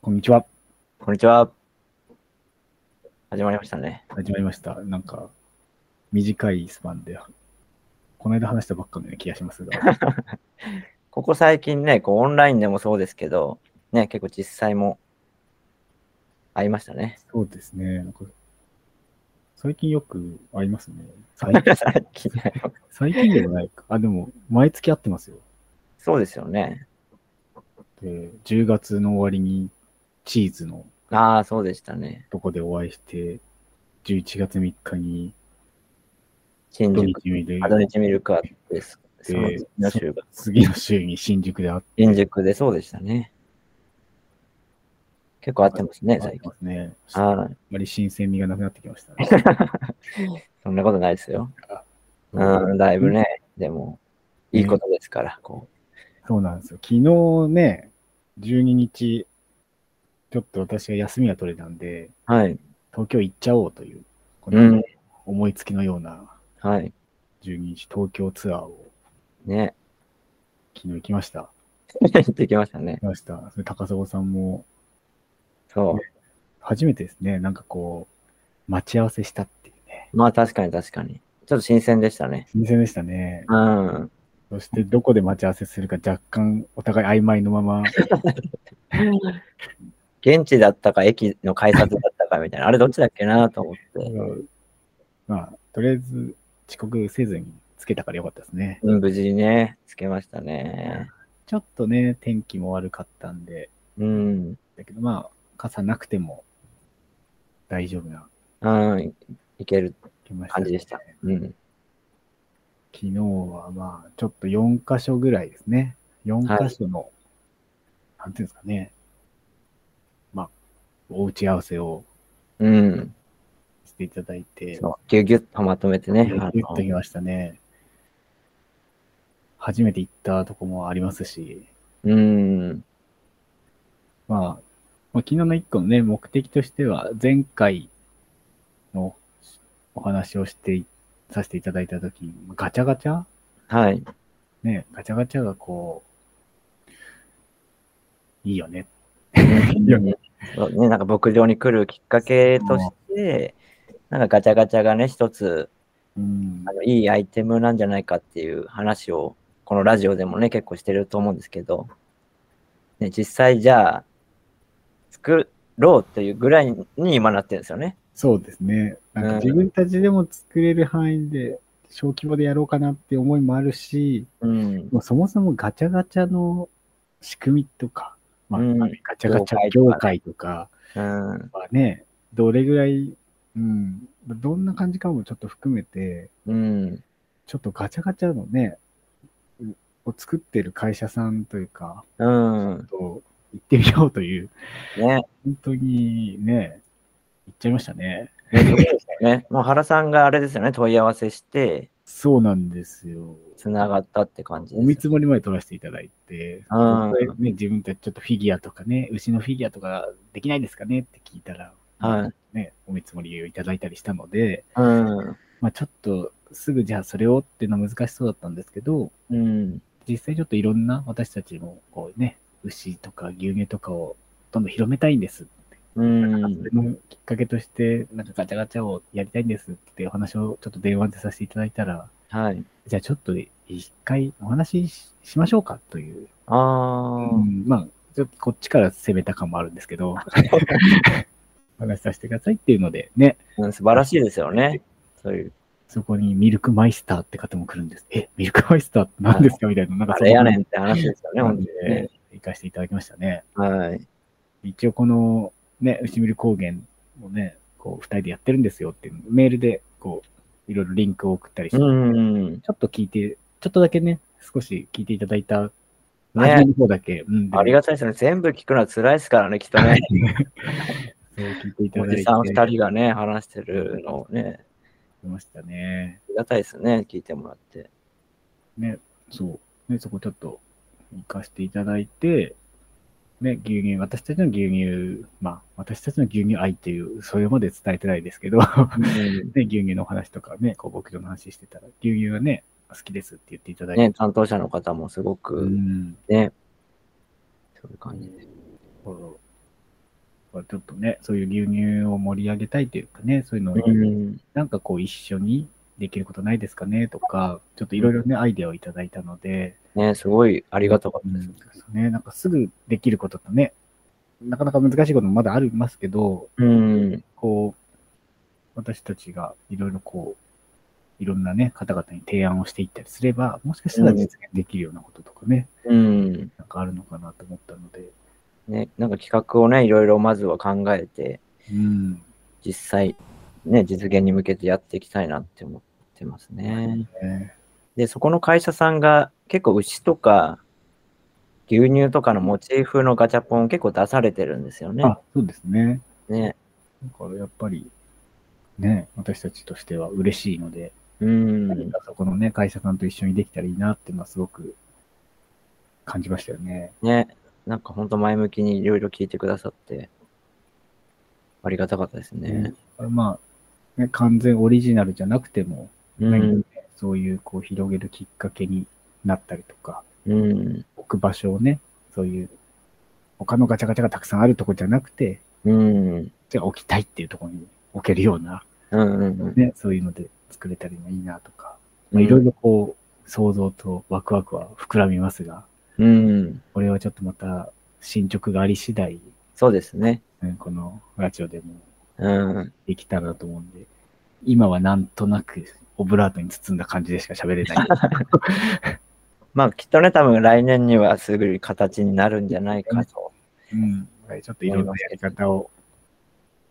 こんにちは。こんにちは。始まりましたね。始まりました。なんか、短いスパンで、この間話したばっかのような気がします が、ここ最近ね、こうオンラインでもそうですけど、ね、結構実際も会いましたね。 そうですね。なんか最近よく会いますね。最 近最近ね最近でもないか。あ、でも、毎月会ってますよ。そうですよね。で、10月の終わりにチーズのああ、そうでしたね。とこでお会いして、11月3日に新土宿、日目でアドリチミルクアです。そので次の週が。次の週に新宿で会っ新宿でそうでしたね。結構会ってます会ね、っ最て近。ますね。あああ、まり新鮮味がなくなってきましたね。そんなことないですよ。 うん、だいぶね、でも、いいことですから、こそうなんですよ。昨日ね、12日、ちょっと私が休みが取れたんで、う。はい。東京行っちゃおうという、こうんの思いつきのようなはい。 12日東京ツアーをね。 昨日行きました。行ってきましたね行。きました。それ高砂さんもそう。初めてですね、なんかこう、待ち合わせしたっていうね。まあ確かに確かに。ちょっと新鮮でしたね。新鮮でしたね。 うん。そしてどこで待ち合わせするか若干お互い曖昧のま ま、現地だったか、駅の改札だったかみたいな、あれどっちだっけなと思って、まあ、とりあえず遅刻せずにつけたからよかったですね。うん、無事にね、つけましたね。ちょっとね、天気も悪かったんで、うん。だけどまあ、傘なくても大丈夫なうん、いいける気持ち感じでした。うん。昨日はまあ、ちょっと4箇所ぐらいですね。4箇所の、なんていうんですかね。まあ、お打ち合わせをうん。していただいて、そうぎゅうぎゅっとまとめてね。言あってきのましたね。初めて行ったとこもありますし、うん。まあ、まあ、昨日の一個のね、目的としては、前回のお話をしてい、させていただいたとき、ガチャガチャ はい。ね、ガチャガチャがこう、いいよね。いやうんそうね、なんか牧場に来るきっかけとして、なんかガチャガチャがね、一つ、うんあ。のいいアイテムなんじゃないかっていう話をこのラジオでもね結構してると思うんですけど、ね、実際じゃあ作ろうというぐらいに今なってるんですよね。そうですね。なんか自分たちでも作れる範囲で、小規模でやろうかなって思いもあるし、うん、もうそもそもガチャガチャの仕組みとか、まあ、うんガチャガチャ業界とか、うんはね、どれぐらい、うん、どんな感じかもちょっと含めて、うんちょっとガチャガチャのね、うを作ってる会社さんというか、うんと行ってみようという、ね本当にね、行っちゃいましたね。ねもう原さんがあれですよね問い合わせしてそうなんですよ。つながったって感じお見です。積もりまで取らせていただいて、うんこれね、自分たちちょっとフィギュアとかね、牛のフィギュアとかできないですかねって聞いたら、はいね、お見積もりをいただいたりしたので、うんまあ、ちょっとすぐじゃあそれをっていうのは難しそうだったんですけど、うん実際ちょっといろんな私たちもこうね、牛とか牛乳とかをどんどん広めたいんです。うんそれのきっかけとして、なんかガチャガチャをやりたいんですっていうお話をちょっと電話でさせていただいたら、はい。じゃあちょっと一回お話しししましょうかという、ああ、うんまあ、ちょっとこっちから攻めた感もあるんですけど、お話しさせてくださいっていうのでね、うん素晴らしいですよね。そういう。そこにミルクマイスターって方も来るんです。え、ミルクマイスターって何ですかみたいな。なんかあそんなれやねんって話ですよね、な本んで当にね。行かせていただきましたね。はい。一応この、ね、牛見る高原をね、こう、二人でやってるんですよっていうメールで、こう、いろいろリンクを送ったりして、うちん。ょっと聞いて、ちょっとだけね、少し聞いていただいた、ね初めの方だけ、うん、ありががたいですね。全部聞くのは辛いですからね、きっとね。そう聞いていたおだいてじさん二人がね、話してるのをね、ましたね。ありがたいですね、聞いてもらって。ね、そう。ね、そこちょっと行かせていただいて、ね、牛乳、私たちの牛乳、まあ、私たちの牛乳愛っていう、それまで伝えてないですけど、 ね、牛乳のお話とかね、こう牧場の話してたら、牛乳はね、好きですって言っていただいて、ね、担当者の方もすごうくん、ね、そういう感じで。こかちょっとね、そういう牛乳を盛り上げたいというかね、そういうのを、うん。なんかこう一緒にできることないですかねとか、ちょっといろいろね、アイデアをいただいたので、ね、すごいありがたかうったですん。そうね、なんかすぐできることとね、なかなか難しいこともまだありますけど、うん。こう、私たちがいろいろこう、いろんなね、方々に提案をしていったりすれば、もしかしたら実現できるようなこととかね、うん。なんかあるのかなと思ったので、ね、なんか企画をね、いろいろまずは考えて、うん、実際、ね、実現に向けてやっていきたいなって思ってますね。ねで、そこの会社さんが結構牛とか牛乳とかのモチーフのガチャポンを結構出されてるんですよね。あ、そうですね。ね。だからやっぱり、ね、私たちとしては嬉しいので、うん。何かそこのね、会社さんと一緒にできたらいいなっていうのはすごく感じましたよね。ね。なんか本当前向きにいろいろ聞いてくださって、ありがたかったですね。だからまあ、ね、完全オリジナルじゃなくても、う何かんね。そういうこう広げるきっかけになったりとか、うん。置く場所をね、そういう他のガチャガチャがたくさんあるとこじゃなくて、うん。じゃあ置きたいっていうところに置けるような、うんうんね、そういうので作れたりもいいなとか、うまあん。いろいろこう、想像とワクワクは膨らみますが、うん。これはちょっとまた進捗があり次第、そうですね。うんこのラジオでもうん。できたらなと思うんで、今はなんとなくオブラートに包んだ感じでしか喋れない。まあきっとね、多分来年にはすぐ形になるんじゃないかと。うん、はいちょっといろんなやり方を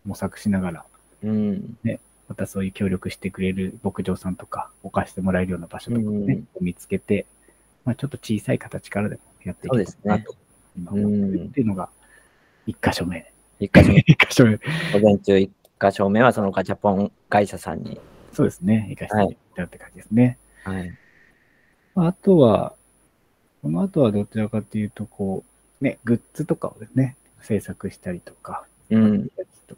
模索しながら、うん。またそういう協力してくれる牧場さんとか、置かしてもらえるような場所とかをね、見つけて、まあ、ちょっと小さい形からでもやっていきたいなと、今う思ってるんっ。ていうのが、一箇所目。一箇所目、一箇所目。午前中一箇所目はそのガチャポン会社さんに。そうですね、行かせていただいたって感じですね。はい。まああとは、この後はどちらかというと、こう、ね、グッズとかをですね、制作したりとか、うん。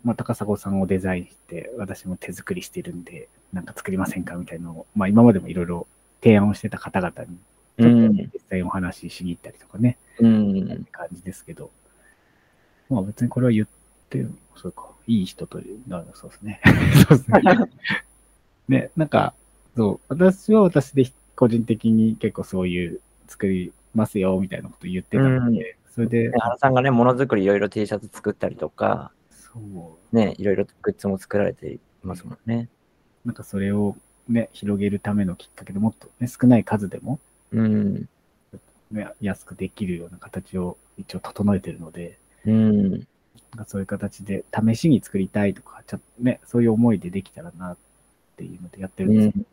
まあ、高砂さんをデザインして、私も手作りしてるんで、なんか作りませんかみたいなのを、まあ、今までもいろいろ提案をしてた方々に、ちうょっとん実。際お話ししに行ったりとかね、うん。感じですけど、まあ、別にこれは言っても、そうか、いい人という、なるそうですね。 そうですね。ね、なんか、そう、私は私で個人的に結構そういう作りますよ、みたいなこと言ってたので、それで、原さんがね、ものづくりいろいろ T シャツ作ったりとか、そう、ね、いろいろグッズも作られていますもんね。なんかそれをね、広げるためのきっかけでもっとね、少ない数でも、うん。ね、安くできるような形を一応整えてるので、うん。なんかそういう形で試しに作りたいとか、ちょっとね、そういう思いでできたらなっていうのでやってるんですけどうん。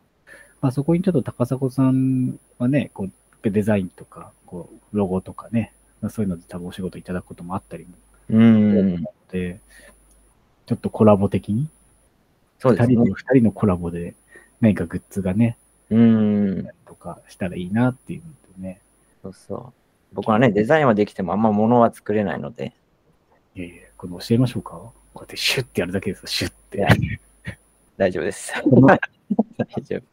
まあ、そこにちょっと高砂さんはね、こうデザインとか、こうロゴとかね、まあそういうので多分お仕事いただくこともあったりもうん。で、ちょっとコラボ的に、そうで2す人のね。二人のコラボで何かグッズがね、うん。とかしたらいいなっていうのとね、そうそう。僕はね、デザインはできてもあんま物は作れないので、いやいや、これ教えましょうか。こうやってシュッてやるだけですよ、シュッい てや。大丈夫です。この 大丈夫。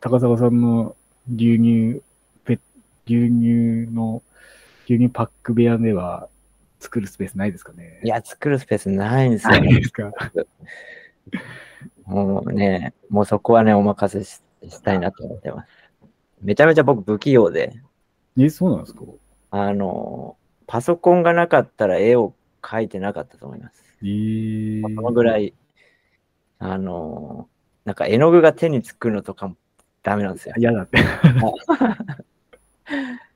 高砂さんの牛乳ペ、牛乳の、牛乳パック部屋では作るスペースないですかね。い、や、作るスペースないんですなよ、いですか。もうね、もうそこはね、お任せししたいなと思ってます。めちゃめちゃ僕不器用で、え、そうなんですかあの、パソコンがなかったら絵を描いてなかったと思います。えー、そのぐらい。い、あの、なんか絵の具が手につくのとかもダメなんですよ。嫌だって。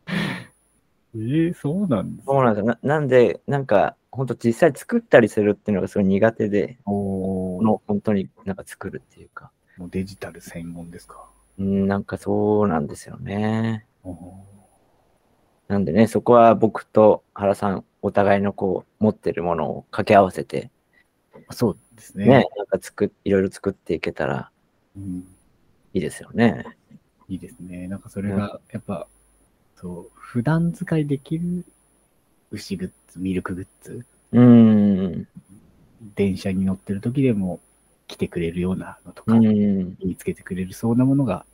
えー、そうなんですそうなんですよ。ななんで、なんか、本当実際作ったりするっていうのがすごい苦手で、おこーの本当になんか作るっていうか、もうデジタル専門ですか。うん、なんかそうなんですよね。おーなんでね、そこは僕と原さん、お互いのこう、持ってるものを掛け合わせて、そうですね。ね、なんか作っ、いろいろ作っていけたらうん、いいですよね。いいですね。なんかそれが、やっぱ、そう、普段使いできる牛グッズ、ミルクグッズ、うーん。電車に乗ってる時でも来てくれるようなのとうか、ん。見つけてくれるそうなものが、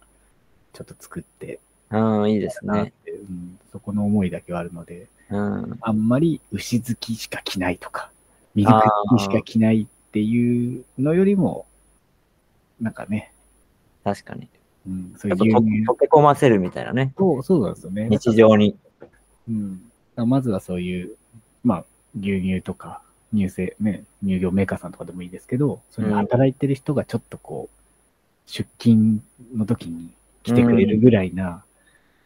ちょっと作ってうん、いいですなっね。て、うん、そこの思いだけはあるので、うん。あんまり牛好きしか着ないとか、右口にしか着ないっていうのよりも、なんかね、確かに。うん、そちうょいっうとと牛乳溶け込ませるみたいなね。と、そうなんですよね。日常に。うん、だからまずはそういう、まあ、牛乳とか乳製、ね、乳業メーカーさんとかでもいいですけど、そういう働いてる人がちょっとこう、出勤の時に来てくれるぐらいな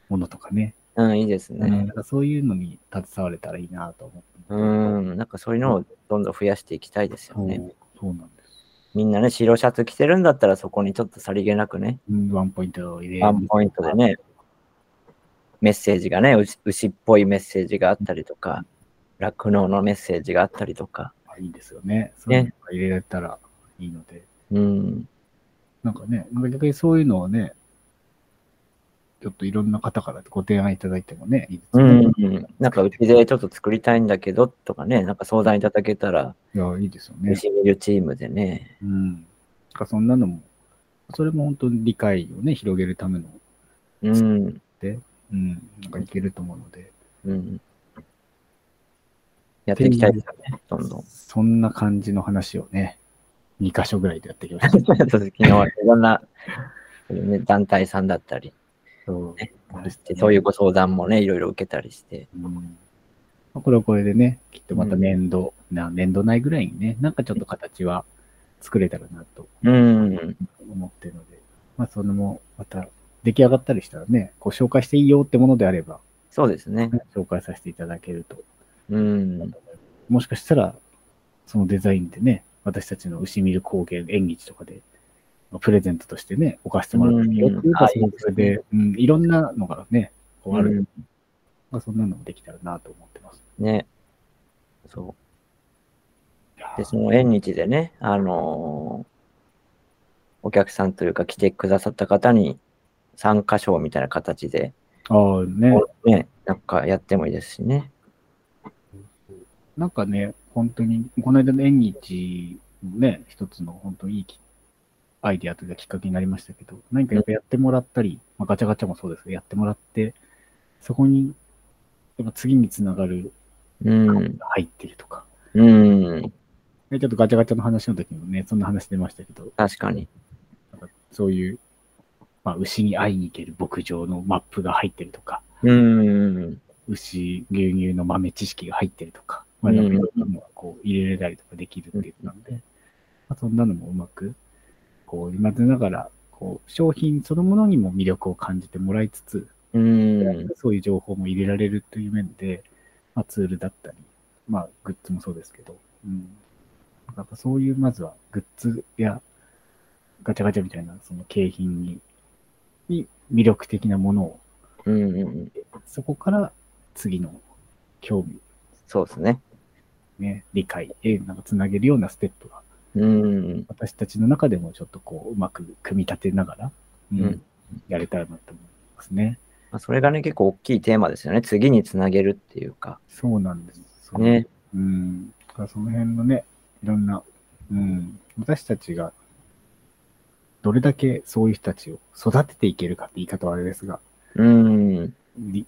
ものとかね、うん、いいですうんね。なんかそういうのに携われたらいいなと思って。うん、なんかそういうのをどんどん増やしていきたいですよそうね。そうなんです、みんなね、白シャツ着てるんだったら、そこにちょっとさりげなくね、うん。ワンポイントを入れるワンポイントでね、メッセージがね、牛牛っぽいメッセージがあったりとか、酪農のメッセージがあったりとか、いいですよね。そういうのが入れられたらいいので。うん、なんかね、なんか逆にそういうのをね、ちょっといろんな方からご提案いただいてもね、いいですうよねん、なんかうちでちょっと作りたいんだけどとかね、なんか相談いただけたら、いや、いいですよね。牛見るチームでね、うん。なんかそんなのも、それも本当に理解をね、広げるための、うん、うん、なんかいけると思うので、うん。やっていきたいですよね、どんどん。 そんな感じの話をね、2箇所ぐらいでやってきま した。そうです昨日はいろんな、ね、団体さんだったり、そうでそういうご相談もね、いろいろ受けたりして。うんまあこれはこれでね、きっとまた年度、な年度内ぐらいにね、なんかちょっと形は作れたらなとうん。思ってるので、まあ、そのも、また、出来上がったりしたらね、こう紹介していいよってものであれば、そうですね。紹介させていただけるとうん。もしかしたら、そのデザインでね、私たちの牛見る高原縁日とかで、まあプレゼントとしてね、置かせてもらっていいよっていううんか、あそのいいですそれねで、うん、いろんなのがね、こうある、うんまあ、そんなのもできたらなと思ってます。ね。そいやう。ーで、その縁日でね、あのーお客さんというか来てくださった方に参加賞みたいな形で、ああね、ね、なんかやってもいいですしね。なんかね、本当に、この間の縁日もね、一つの本当にいいきアイディアというかきっかけになりましたけど、何かやっぱやってもらったり、まあ、ガチャガチャもそうですけど、やってもらって、そこに、やっぱ次につながるうん。入ってるとか、うん。ねちょっとガチャガチャの話の時もね、そんな話出ましたけど、確かに。そういう、まあ、牛に会いに行ける牧場のマップが入ってるとか、うん。牛、牛乳の豆知識が入ってるとか、まあ、うんなんかいろんなのがこう入れれたりとかできるっていうのなんで、まあ、そんなのもうまく、こう、混ぜながら、こう、商品そのものにも魅力を感じてもらいつつ、うん。そういう情報も入れられるという面で、まあ、ツールだったり、まあ、グッズもそうですけど、うん、なんかそういう、まずはグッズやガチャガチャみたいなその景品にに魅力的なものを、うん。そこから次の興味、そうですね。ね、理解へなんかつなげるようなステップが、うん。私たちの中でもちょっとこう、うまく組み立てながら、うんうんやれたらなと思いますね。まあ、それがね、結構大きいテーマですよね。次につなげるっていうか。そうなんです。そうね。うん。だからその辺のね、いろんな、うん、私たちが、どれだけそういう人たちを育てていけるかって言い方はあれですが、うん。り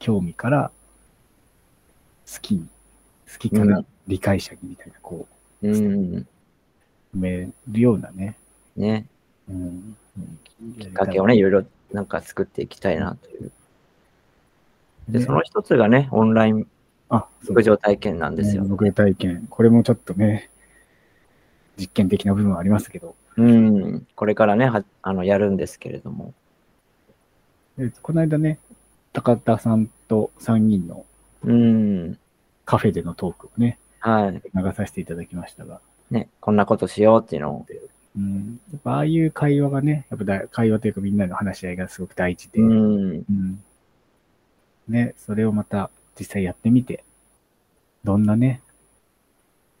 興味から好きに、好きかうら理解者にみたいな、こうん。う、埋めるようなね、ね。うん、ききっかけをね、いろいろなんか作っていきたいなという。で、その一つがね、オンラインあ、そう牧場体験なんですよね。僕体験、これもちょっとね、実験的な部分はありますけど、うん。これからね、はあの、やるんですけれども。でこの間ね、高田さんと3人のうん。カフェでのトークをね、はい。流させていただきましたが、ね、こんなことしようっていうのを。うん、やっぱああいう会話がね、やっぱだ会話というかみんなの話し合いがすごく大事で、うん。うんね、それをまた実際やってみて、どんなね、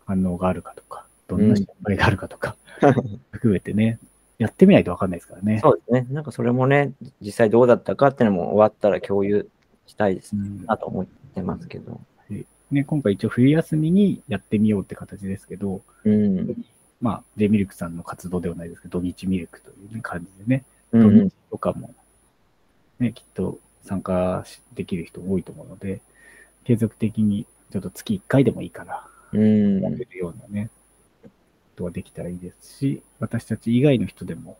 反応があるかとか、どんな失敗があるかとか、 含めてね、やってみないとわかんないですからね。そうですね。なんかそれもね、実際どうだったかっていうのも終わったら共有したいですうんなと思ってますけど。ね、今回一応冬休みにやってみようって形ですけど、うん。まあ、J ミルクさんの活動ではないですけど、土日ミルクという、ね、感じでね、う土ん日。とかも、ね、きっと参加しできる人多いと思うので、継続的に、ちょっと月1回でもいいから、うんや。れるようなね、ことができたらいいですし、私たち以外の人でも、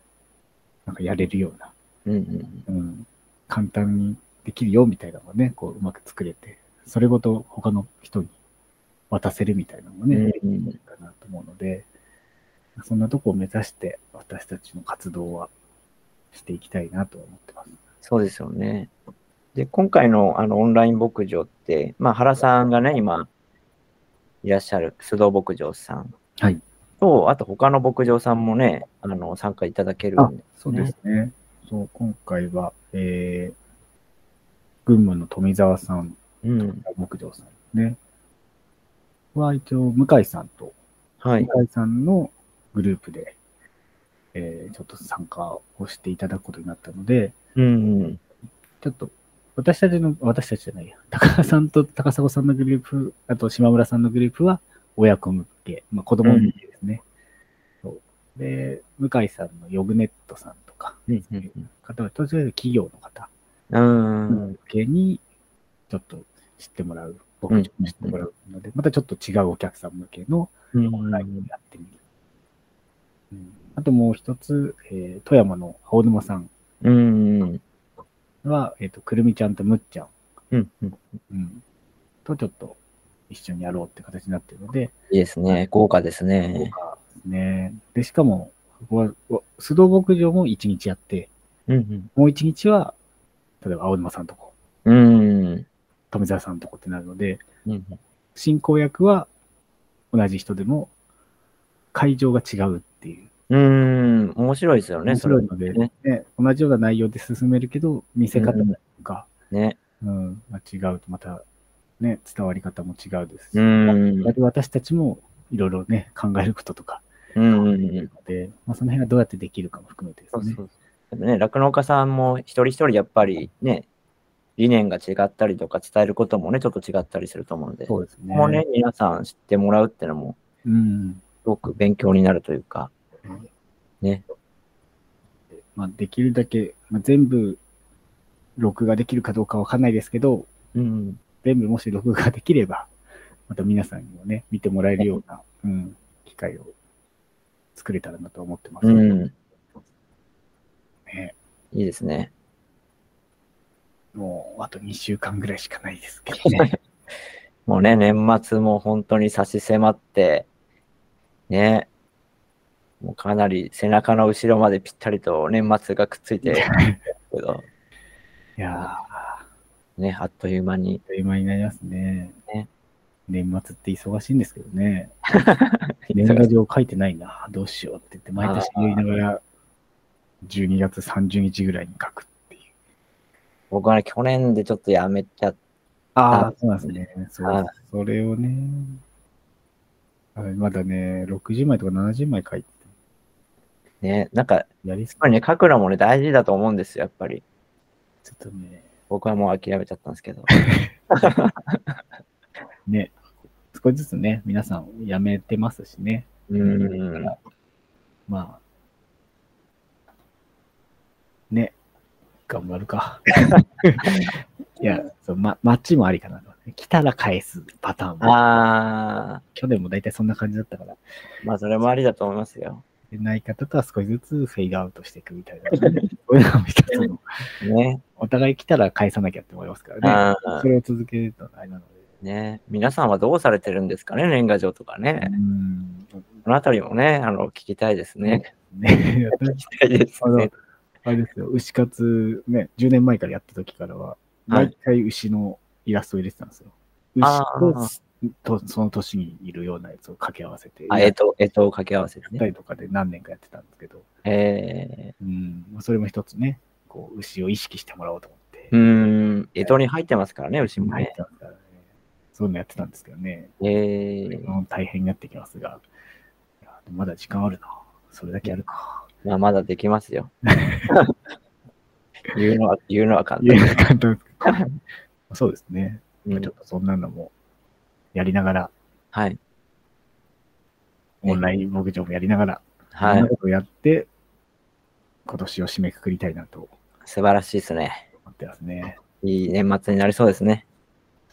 なんかやれるような、うんうん。うん、簡単にできるよみたいなのがね、こう、うまく作れて、それごと他の人に渡せるみたいなのもね、うんできるんじゃないかなと思うので、そんなとこを目指して、私たちの活動はしていきたいなとは思ってます。そうですよね。で、今回のあのオンライン牧場って、まあ、原さんがね、今、いらっしゃる須藤牧場さんはいと、あと他の牧場さんもね、あの参加いただけるんで。そうですね。そう、今回は、えー、群馬の富澤さん、うん。牧場さんね。は一応、向井さんと、はい。向井さんのグループで、えー、ちょっと参加をしていただくことになったので、うんうん。ちょっと、私たちの、私たちじゃないや、高田さんと高砂さんのグループ、あと島村さんのグループは、親子向け、まあ、子供向けですね。そうで、向井さんのヨグネットさんとか、うんうん方は、とりあえず企業の方うん。うん。向けに、ちょっと知ってもらう、僕に知ってもらうので、またちょっと違うお客さん向けのうんオンラインをやってみる。うんあともう一つ、えー富山の青沼さんうんうん。は、えっ、と、くるみちゃんとむっちゃん、うんうん。うん、とちょっと一緒にやろうって形になってるので、いいですね。豪華です豪ね。華ですね。で、しかも、ここはお須藤牧場も一日やって、うんもう一日は、例えば青沼さんとこ、うん。うん富澤さんとこってなるので、うん。進行役は同じ人でも会場が違うっていう。うん。面白いですよね。面それ白はいので、ねね同じような内容で進めるけど、見せ方とか、ね。うんまあ、違うとまた、ね、伝わり方も違うですし、うん。やる私たちもいろいろね、考えることとかうんうんうん。で、まあ、その辺がどうやってできるかも含めてでそうすそね。うそう。でもね、酪農家さんも一人一人やっぱりね、理念が違ったりとか伝えることもね、ちょっと違ったりすると思うので、こそうですこね。もね、皆さん知ってもらうってのも、うん。すごく勉強になるというか、まあ、できるだけ、まあ、全部、録画できるかどうかわかんないですけど、うん。全部もし録画できれば、また皆さんにもね、見てもらえるような、うん、機会を作れたらなと思ってます。うん。ねいいですね。もう、あと2週間ぐらいしかないですけど ね。もうね、年末も本当に差し迫って、ね、もうかなり背中の後ろまでぴったりと年末がくっついてるけど、いやー、あね、あっという間にっという間になりますね。ね年末って忙しいんですけどね。年賀状書いてないな。どうしようって言って、毎年言いながら、12月30日ぐらいに書くっていう。僕はね、去年でちょっとやめちゃっあああ、そうなんですね。そはういそれをね、はいまだね、60枚とか70枚書いて、て、ね、なんか、やりすやっぱりね、書くのもね、大事だと思うんですよ、やっぱり。ちょっとね、僕はもう諦めちゃったんです けど。ね、少しずつね、皆さんやめてますしね。うん。まあ、ね、頑張る か。いや、そう、ま、マッチもありかなと。来たら返すパターンも。ああ、去年も大体そんな感じだったから、まあ、それもありだと思いますよ。でない方とは少しずつフェイドアウトしていくみたいな。そういうのも一つ のね。お互い来たら返さなきゃって思いますからね。ああそ、れを続けるとあれなので。ね。皆さんはどうされてるんですかね、年賀状とかね。うん。このあたりもね、あの、聞きたいですね。ね、聞きたいですあのね。、あれですよ、牛活ね、10年前からやった時からは、はい毎回牛のイラストを入れてたんですよ。あ牛ととその年にいるようなやつを掛け合わせて、あ、えっと、えっと、掛け合わせてやったね。りとかで何年かやってたんですけど、えうん、まあそれも一つね、こう、牛を意識してもらおうと思って、ー、うん、えとに入ってますからね、牛も入っね。てますからね。そういうのやってたんですけどね、えー、うん大変になってきますが、いやでもまだ時間あるな。それだけやるか。まあ、まだできま すよ。言うのは、言うのは簡いや単。簡単 ですそうですね。うんちょっとそんなのもやりながら、はい。オンライン牧場もやりながら、はいろんな。ことをやって、今年を締めくくりたいなと素晴らしいですね。思ってますね。いい年末になりそうですね。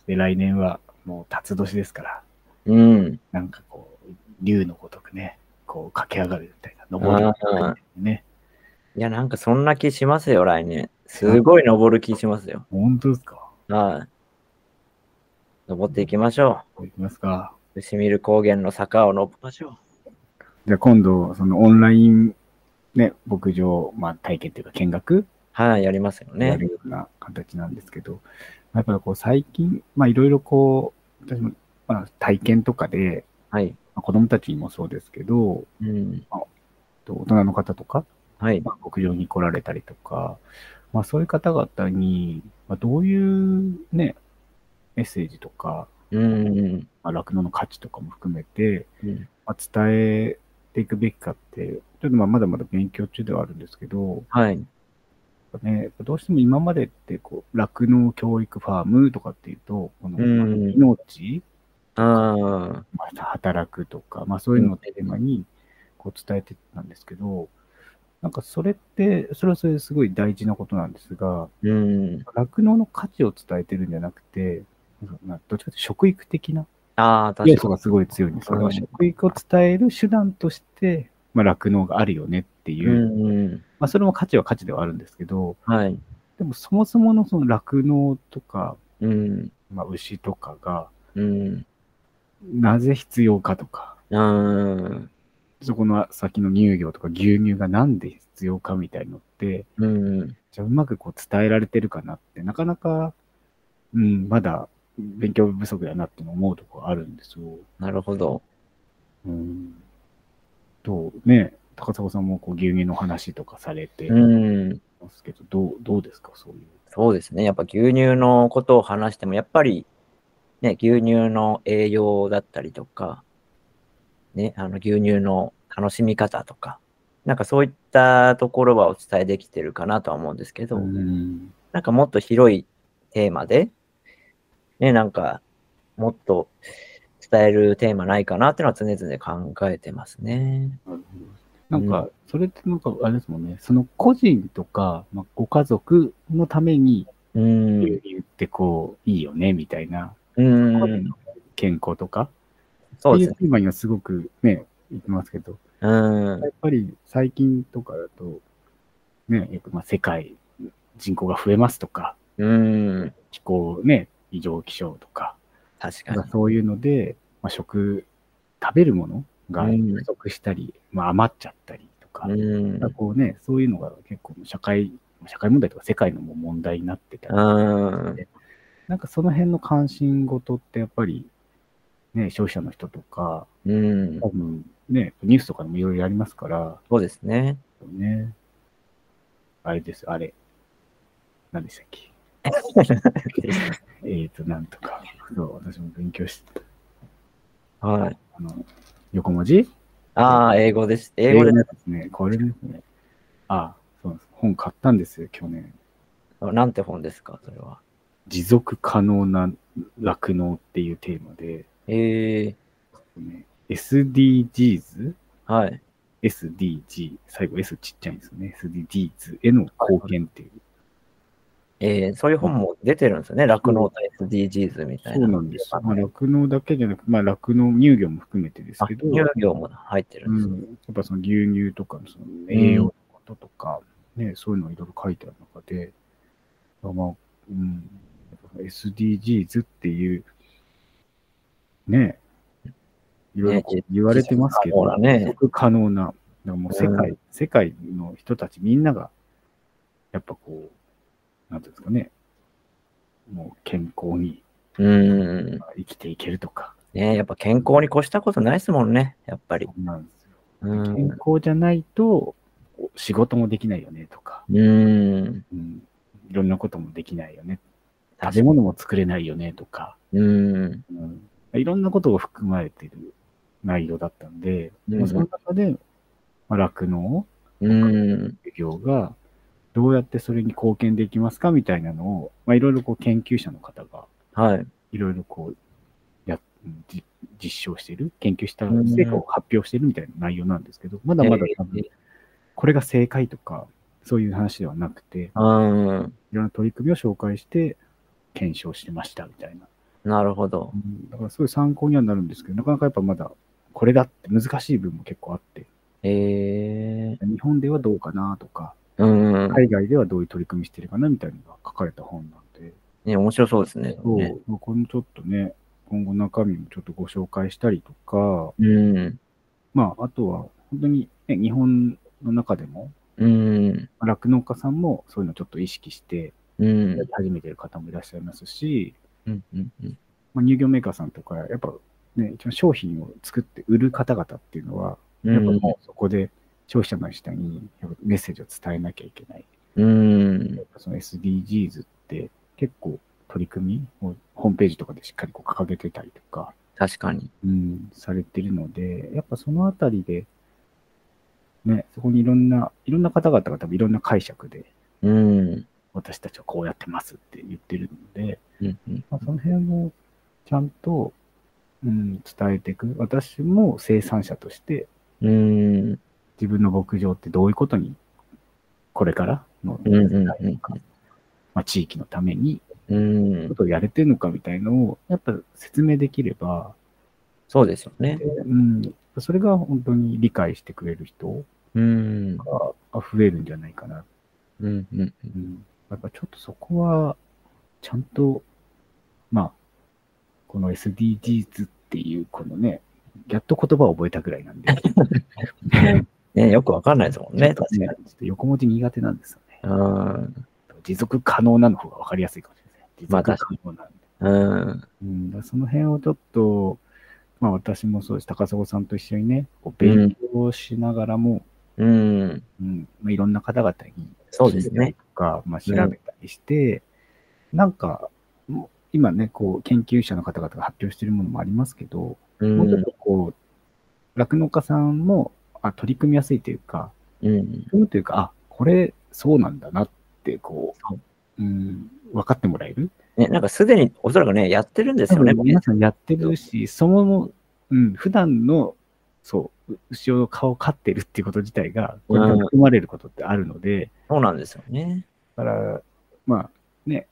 で、来年はもう辰年ですから、うん。なんかこう、竜のごとくね、こう駆け上がるみたいな、登るみたいあなあね。いや、なんかそんな気しますよ、来年。すごい登る気しますよ。本当ですかはい。登っていきましょこう行きますか。う。伏見る高原の坂を登りましょじゃあ今度、そのオンライン、ね、牧場、まあ体験というか見学う。はい、やりますよやねる。ような形なんですけど、やっぱりこう最近、まあいろいろこう、私も、まあ、体験とかで、はい。まあ子供たちにもそうですけど、うん。と大人の方とか、はい。まあ、牧場に来られたりとか、まあ、そういう方々に、まあ、どういうね、メッセージとか、うんうん。まあ酪農の価値とかも含めて、うんまあ、伝えていくべきかって、ちょっとまあまだまだ勉強中ではあるんですけど、はい。ね、やっぱどうしても今までってこう、酪農教育ファームとかっていうと、このうん命、あまあ、働くとか、まあ、そういうのをテーマにこう伝えてたんですけど、なんかそれって、それはそれですごい大事なことなんですが、ーうん。酪農の価値を伝えてるんじゃなくて、なんかまあどっちかというと食育的なああ、要確素かがすごい強いんです。それは食育を伝える手段として、まあ、酪農があるよねってに。いうう、んうん。まあ、それも価値は価値ではあるんですけど、はい。でもそもそものその酪農とか、うん。まあ、牛とかが、うん。なぜ必要かとか、うん。そこの先の乳業とか牛乳がなんで必要かみたいのって、うん。じゃあうまくこう伝えられてるかなって、なかなか、うん、まだ勉強不足だなって思うところあるんですよ。なるほど。うん。と、ね、高砂さんもこう牛乳の話とかされてうん。ますけど、どう、どうですか、そういう。そうですね。やっぱ牛乳のことを話しても、やっぱり、ね、牛乳の栄養だったりとか、ね、あの牛乳の楽しみ方とか、なんかそういったところはお伝えできてるかなとは思うんですけど、ん。なんかもっと広いテーマで、ね、なんかもっと伝えるテーマないかなっていうのは常々考えてますね。なんか、それってなんか、あれですもんね、その個人とか、まあ、ご家族のためにうん。牛乳ってこう、いいよね、みたいな、うん。健康とか、そうってでいすうね。テーマにはすごくね、言ってますけど、うんや。っぱり最近とかだと、ね、よくまあ世界人口が増えますとか、うん。気候ね、異常気象とか、確かまあに。そういうので、まあ、食、食べるものがうん不足したり、まあ、余っちゃったりとか、うんなんかこうね、そういうのが結構社会、社会問題とか世界のもう問題になってたり、うん。なんかその辺の関心事ってやっぱり、ね、消費者の人とか、うん多、分ね、ニュースとかでもいろいろありますから、そうですね。ね。あれです、あれ。何でしたっけ えっと、なんとか。そう、私も勉強してた。はい。あの、横文字ああ、英語です。英語でですね。これですね。ああ、そうなんです。本買ったんですよ、去年。なんて本ですか、それは。持続可能な酪農っていうテーマで、ええね SDGs、はい。 SDG、最後 S ちっちゃいんですよね。SDGs への貢献っていう。ええそういう本も出てるんですよね。酪農と SDGs みたいそな。うなんです。まああ、酪農だけじゃなく、まあ酪農乳業も含めてですけど、乳業も入ってるうんです、ん、やっぱその牛乳とかのその栄養のこととか、ね、そういうのいろいろ書いてある中で、まあ、うん、SDGs っていう、ね、いろいろこねう言われてますけ持ど、続可持続可能能なねな、だからもう世界、う世界の人たちみんなが、やっぱこう、なんていうんですかね、もう健康にうん。生きていけるとか、ねやっぱ健康に越したことないですもんね。やっぱり。そうなんですよ。うん健。康じゃないと仕事もできないよねとか、うん。うん、いろんなこともできないよね。食べ物も作れないよねとか、うん。うん、いろんなことを含まれている内容だったんで、うんまあその中でまあ酪農、うん。業がどうやってそれに貢献できますかみたいなのを、まあ、いろいろこう研究者の方がはい。いろいろこうやじ実証している、研究した成果を発表しているみたいな内容なんですけど、まだまだ多分えこれが正解とか、そういう話ではなくて、えうん。いろんな取り組みを紹介して、検証してましたみたいななるほどう。んだからすごい参考にはなるんですけど、なかなかやっぱまだこれだって難しい部分も結構あって、ええ日本ではどうかなとか、うんうん。海外ではどういう取り組みしてるかなみたいなのが書かれた本なんで、ね、面白そうですね。そうねまあこれもちょっとね、今後中身もちょっとご紹介したりとか、うん。まあ、あとは本当に、ね、日本の中でも、うん。酪農家さんもそういうのちょっと意識してうん。やり始めてる方もいらっしゃいますし、うん。うん。うんまあ、乳業メーカーさんとか、やっぱね、一番商品を作って売る方々っていうのは、やっぱもうそこで消費者の人にやっぱメッセージを伝えなきゃいけない。うん。やっぱその SDGs って結構取り組みをホームページとかでしっかりこう掲げてたりとか、確かに。うん、されてるので、やっぱそのあたりで、ね、そこにいろんな、いろんな方々が多分いろんな解釈で、うん。私たちはこうやってますって言ってるので、うん。うんまあ、その辺をちゃんと、うん、伝えていく。私も生産者としてうん。自分の牧場ってどういうことにこれからの、うんうんうんまあ、地域のためにうんこ。とをやれてるのかみたいのをやっぱ説明できれば、そうですよねで。うん、それが本当に理解してくれる人うん。が増えるんじゃないかな。うん。うん。うん、やっぱちょっとそこはちゃんと、まあ、この SDGs っていうこのね、やっと言葉を覚えたぐらいなん で、ね、よくわかんないですもんちね。ょっ確とかねに。ちょっと横文字苦手なんですよね。うん。持続可能なの方が分かりやすいかもしれないですね。まあ持続可能なんで。うん。うん、だからその辺をちょっと、まあ私もそうです。高砂さんと一緒にね、こう勉強しながらも、うん。うんまあ、いろんな方々にそうですね。とか、まあ、調べたりして、なんか、もう今ね、こう、研究者の方々が発表しているものもありますけど、うもうちょっん。とこう、酪農家さんも、あ、取り組みやすいというか、うん。そうというか、あ、これ、そうなんだなって、こう、うん、分かってもらえる。ね、なんかすでにおそらくね、やってるんです多よね。分皆さんやってるし、そもそも、うん、普段の、そう、う牛の顔を飼ってるっていうこと自体が、これに含まれることってあるので、そうなんですよね。だから、まあ、ね、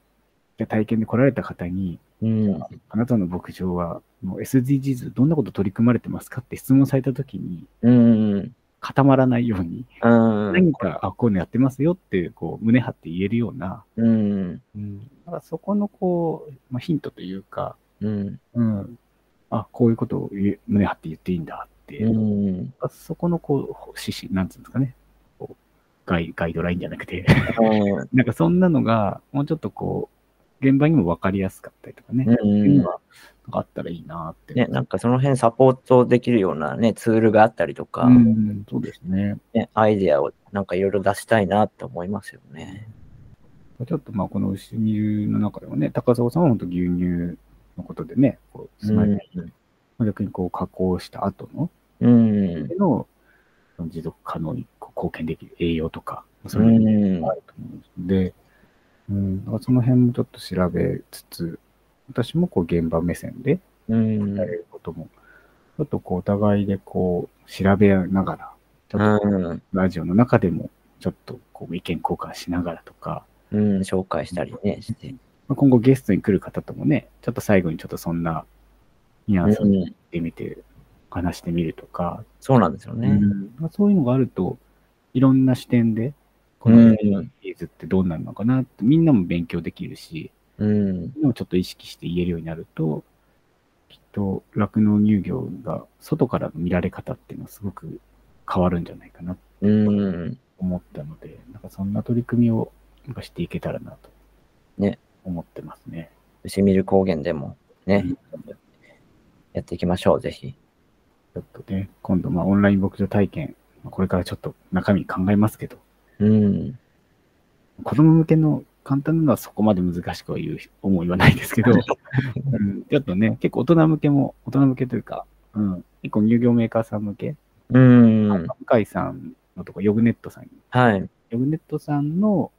じゃあ体験で来られた方に、うん。あなたの牧場は、もう SDGs どんなこと取り組まれてますかって質問されたときに、うん。固まらないように、うん。何か、あ、こういうのやってますよって、こう、胸張って言えるような、うん。だからそこのこう、まあ、ヒントというか、うん。うん、あこういうことを言え胸張って言っていいんだって、うん。そそこのこう指針、なんつうんですかねこうガイ、ガイドラインじゃなくて、なんかそんなのが、もうちょっとこう、現場にも分かりやすかったりとかね、うっていうのん。はなんかあったらいいなって。ね、なんかその辺サポートできるようなね、ツールがあったりとか、うん、そうですね。ね、アイデアをなんかいろいろ出したいなって思いますよね。ちょっとまあ、この牛乳の中でもね、高砂さんは本当牛乳のことでね、こう、スマイル逆にこう加工した後の、うん。のその持続可能にこう貢献できる栄養とか、そうれにん。あると思うんで、うん、だからその辺もちょっと調べつつ、私もこう現場目線でうん。やれることも、ちょっとこうお互いでこう調べながら、ちょっとうん。ラジオの中でもちょっとこう意見交換しながらとか、うん。紹介したりね、して。まあ今後ゲストに来る方ともね、ちょっと最後にちょっとそんなニュアンスをう言ん。ってみて、話してみるとか、そうなんですようね。んまあ、そういうのがあると、いろんな視点で、こうのん SDGs ってどうなるのかなって、みんなも勉強できるし、うん。でもちょっと意識して言えるようになると、きっと酪農乳業が外からの見られ方っていうのはすごく変わるんじゃないかなとうん。思ったので、なんかそんな取り組みをなんかしていけたらなと、ね、思ってますね。牛見る高原でもね、うんやっていきましょう、ぜひ。ちょっとね、今度まあオンライン牧場体験、まあこれからちょっと中身考えますけど、うん。子供向けの簡単なのはそこまで難しくは言う思いはないですけ ど、うん、ちょっとね、結構大人向けも、大人向けというか、うん、結構乳業メーカーさん向け、うん。向井さんのとこ、ヨグネットさん、はい。ヨグネットさんの、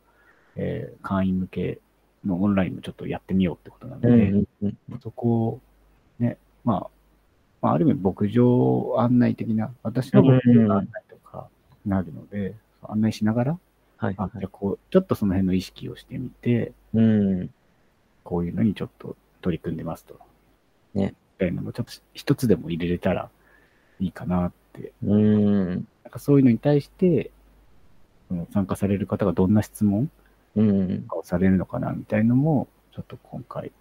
えー会員向けのオンラインもちょっとやってみようってことなので、うん。うんそこを、ね、まあ、まあ、ある意味牧場案内的な、私の牧場の案内とかなるので、案内しながら、はい。あじゃあこう、ちょっとその辺の意識をしてみて、うん。こういうのにちょっと取り組んでますと。ね。みたいなのもちょっと一つでも入れれたらいいかなって。うーん。なんかそういうのに対して、その参加される方がどんな質問うん。をされるのかなみたいのも、ちょっと今回、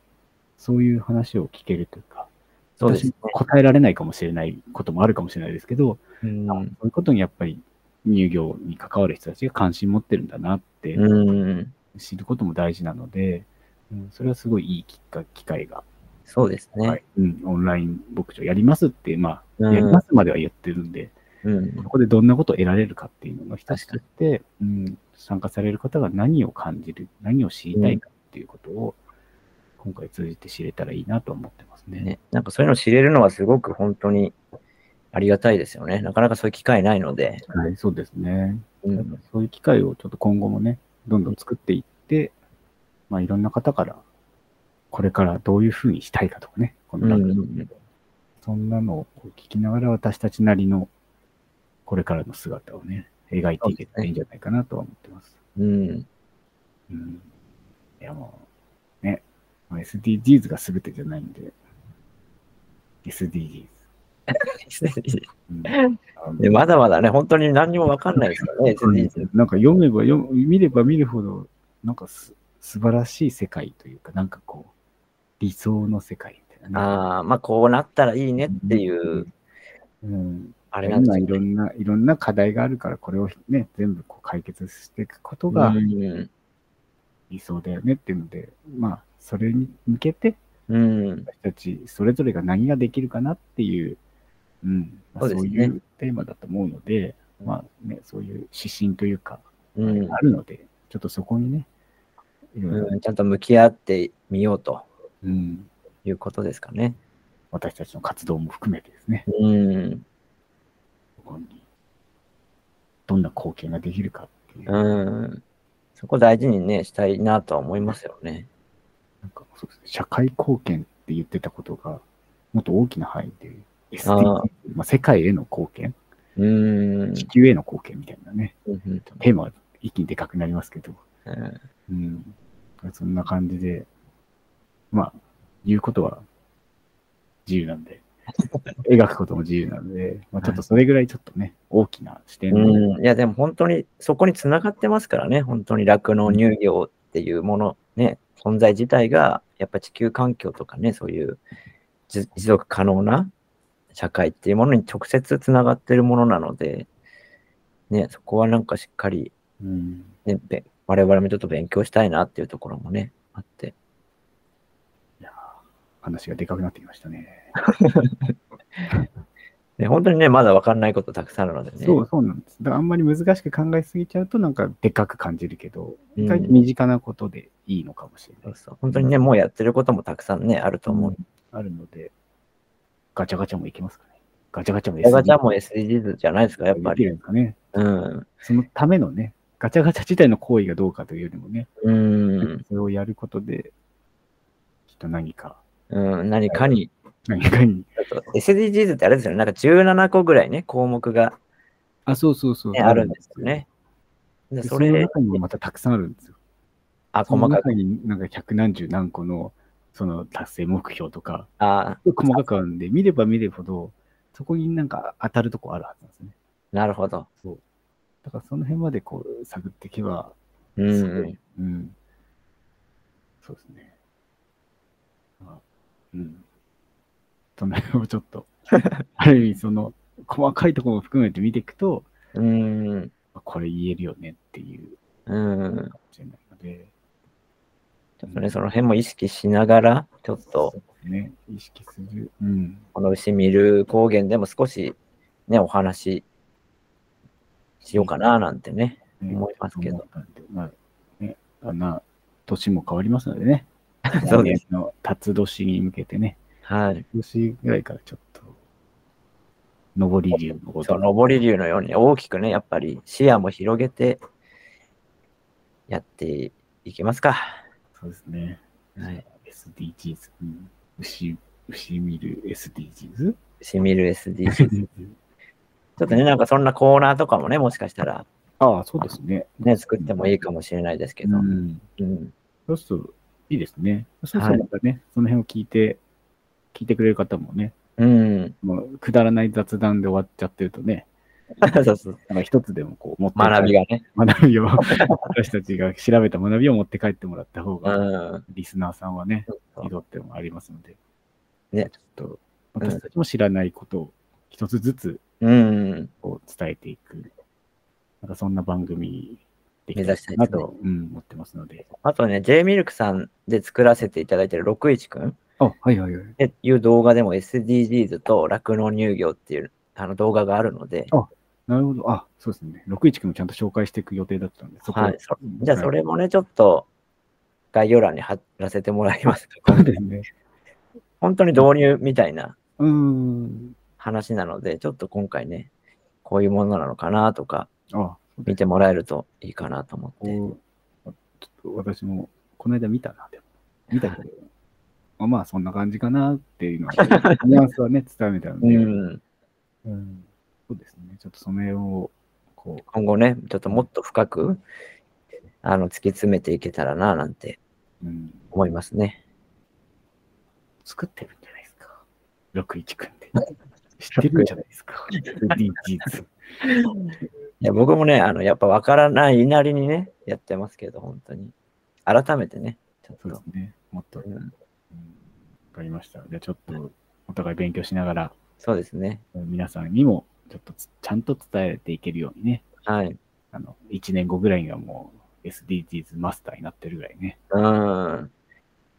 そういう話を聞けるというか、そうです私ねも。答えられないかもしれないこともあるかもしれないですけど、うん。あそういうことにやっぱり乳業に関わる人たちが関心持ってるんだなってうん。知ることも大事なので、うん、それはすごいいいきっか機会が、そうですね。はいうん、オンライン牧場やりますって、まあ、うんやりますまでは言ってるんで、うんこ。こでどんなことを得られるかっていうのの一つとして、うん、参加される方が何を感じる、何を知りたいかっていうことを、今回通じて知れたらいいなと思ってますね。ね、なんかそういうのを知れるのはすごく本当にありがたいですよね。なかなかそういう機会ないので。はい、そうですね。うやっぱん、そういう機会をちょっと今後もね、どんどん作っていって、まあいろんな方から、これからどういうふうにしたいかとかね、このラジオうんうんうんそんなのをこう聞きながら私たちなりのこれからの姿をね、描いていけたらいいんじゃないかなとは思ってます。 うん、うん。いやもう、ね、まあ SDGs が全てじゃないんで、SDGs。うん、あの でまだまだね、本当に何にもわかんないですよね、そうなんです SDGs よなんか読めば読む、見れば見るほど、なんかす素晴らしい世界というか、なんかこう、理想の世界みたいな。ああ、まあこうなったらいいねっていう、うん、ああれなんですいよろね。んな、いろんな課題があるから、これをね、全部こう解決していくことがうん理想だよねっていうので、まあ、それに向けて、うん、私たちそれぞれが何ができるかなっていう、うんまあそうそでうすねいうテーマだと思うので、まあね、そういう指針というか、うんあるので、ちょっとそこにね、いろいろうん、ちゃんと向き合ってみようとうん、いうことですかね。私たちの活動も含めてですね、うん、そこにどんな貢献ができるかっていう、うん、そこ大事にね、したいなとは思いますよね。なんかそうですね、社会貢献って言ってたことが、もっと大きな範囲で、あ SDGs ーまあ、世界への貢献、うん、地球への貢献みたいなね、うんテーマは一気にでかくなりますけど、うんうん、そんな感じで、まあ、言うことは自由なん で、描くことも自由なんで、まあ、ちょっとそれぐらいちょっとね、大きな視点をうん、いやでも本当にそこにつながってますからね、本当に酪農乳業っていうもの、ね、存在自体が、やっぱ地球環境とかね、そういう持持続可能な社会っていうものに直接つながってるものなので、ね、そこはなんかしっかり、うんね、べ我々もちょっと勉強したいなっていうところもね、あって。話がでかくなってきましたね。ね、本当にね、まだ分かんないことたくさんあるのでね。そう、そうなんです。だからあんまり難しく考えすぎちゃうと、なんかでかく感じるけど、うん意外と身近なことでいいのかもしれそない。うそう本当にね、もうやってることもたくさんね、あると思う。あるので、ガチャガチャもいけますかね。ガチャガチャもガチャガチャも SDGs じゃないですか、やっぱできり。るんですかね。うん。そのためのね、ガチャガチャ自体の行為がどうかというよりもね、うん。それをやることで、きっと何か、うん、何かに、何かに。ちょっと SDGs ってあれですよね、なんか17個ぐらいね、項目が、あ、そうそうそう。ね、あるんですよ。ね。ででそそれのれ、中にもまたたくさんあるんですよ。あ、その細かく、中になんか百何十何個の、その達成目標とか、あ細かくあるんで、見れば見るほど、そこになんか当たるとこあるはずなんですね。なるほど。だからその辺までこう探っていけば、うすんごい。うん。そうですね。まあうん。その辺をちょっ と、ある意味その、細かいところも含めて見ていくと、うん。あこれ言えるよねっていううん。感じになるので、ちょっとね、その辺も意識しながら、ちょっと、ね、意識する。うん。この牛見る高原でも少し、ね、お話ししようかな、なんてね。ね思いますけど。思ったんでまあ、ね、あんな、年も変わりますのでね。 そうです。す。の、辰年に向けてね、はい。年ぐらいからちょっと、上り流のごそとう、上り竜のように大きくね、やっぱり視野も広げて、やっていきますか。そうですね。はい。 SDGs、うん。牛、牛見る SDGs? しみる SDGs。ちょっとね、なんかそんなコーナーとかもね、もしかしたら、 ああ、そうですね。ね、作ってもいいかもしれないですけど。ううん。ん。そうすると、いいですね。そうそうまたね、その辺を聞いて、聞いてくれる方もね、うん。もうくだらない雑談で終わっちゃってるとね、 そうそう。なんか一つでもこう、持って帰学びがね。学びを、 私たちが調べた学びを持って帰ってもらった方うが、ん。リスナーさんはね、そうそういいってもありますので、ねちょっと、私たちも知らないことを一つずつうん。こう伝えていく、なんかそんな番組で目指したいでなすねと、うん、思ってますので。あとね、J ミルクさんで作らせていただいてる61くんっあ、はいはいはい。ていう動画でも SDGs と酪農乳業っていうあの動画があるので、なるほど。あ、そうですね。61君もちゃんと紹介していく予定だったんで、そこはい。そじゃあそれもね、ちょっと概要欄に貼らせてもらい ます。そうですね。本当に導入みたいなうーん。話なので、ちょっと今回ね、こういうものなのかなとか、あ、そうで見てもらえるといいかなと思すって。ねこうちょっと私も、この間見たな、でも。見たけど、あまあそんな感じかなっていうの は、ニュアンスはね、伝えたので、うん、うんそうですね。ちょっとその辺を、こう、今後ね、ちょっともっと深くあの突き詰めていけたらななんてうん、思いますね。作ってるんじゃないですか。61君で。 知ってるんじゃないですか。SDGs。いや僕もね、あのやっぱ分からないなりにね、やってますけど、本当に。改めてね、ちょっそうでとすね。もっと。うんうんわかりました。じゃあちょっとお互い勉強しながら、そうですね。皆さんにもちょっとつちゃんと伝えていけるようにね、はい。あの1年後ぐらいにはもう SDGs マスターになってるぐらいね。うん。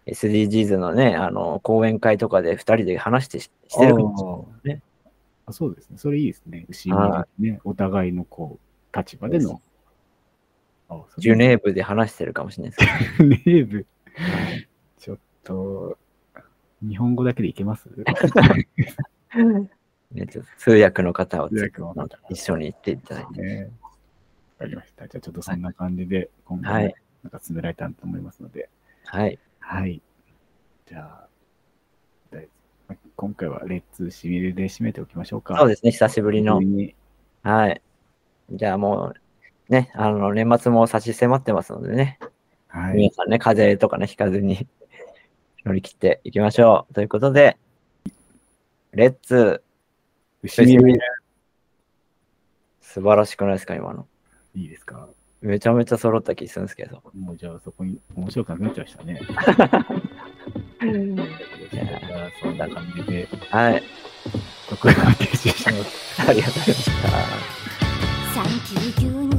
SDGs のね、あの、講演会とかで2人で話してししてるかもしれないね。あそうですね。それいいですね。牛にね、お互いのこう立場でそうの。あそれジュネーブで話してるかもしれないで すけジュネーブ。ちょっと、日本語だけでいけますどね ちょっと通訳の方を通訳の方一緒に行っていただいて。ね。わかりました。じゃあちょっとそんな感じで、今後もはいなんか詰められたらと思いますので。はい。はい。じゃあ、だいまあ今回はレッツシミルで締めておきましょうか。そうですね、久しぶりの急。にはい。じゃあもう、ね、あの、年末も差し迫ってますのでね、はい。皆さんね、風邪とかね、ひかずに 乗り切っていきましょう。ということで、レッツ、シミル素晴らしくないですか、今の。いいですかめちゃめちゃ揃った気するんですけど。もうじゃあそこに面白くなくなっちゃいましたね。じゃあそんな感じで、はい。ここは停止します。ありがとうございました。 399に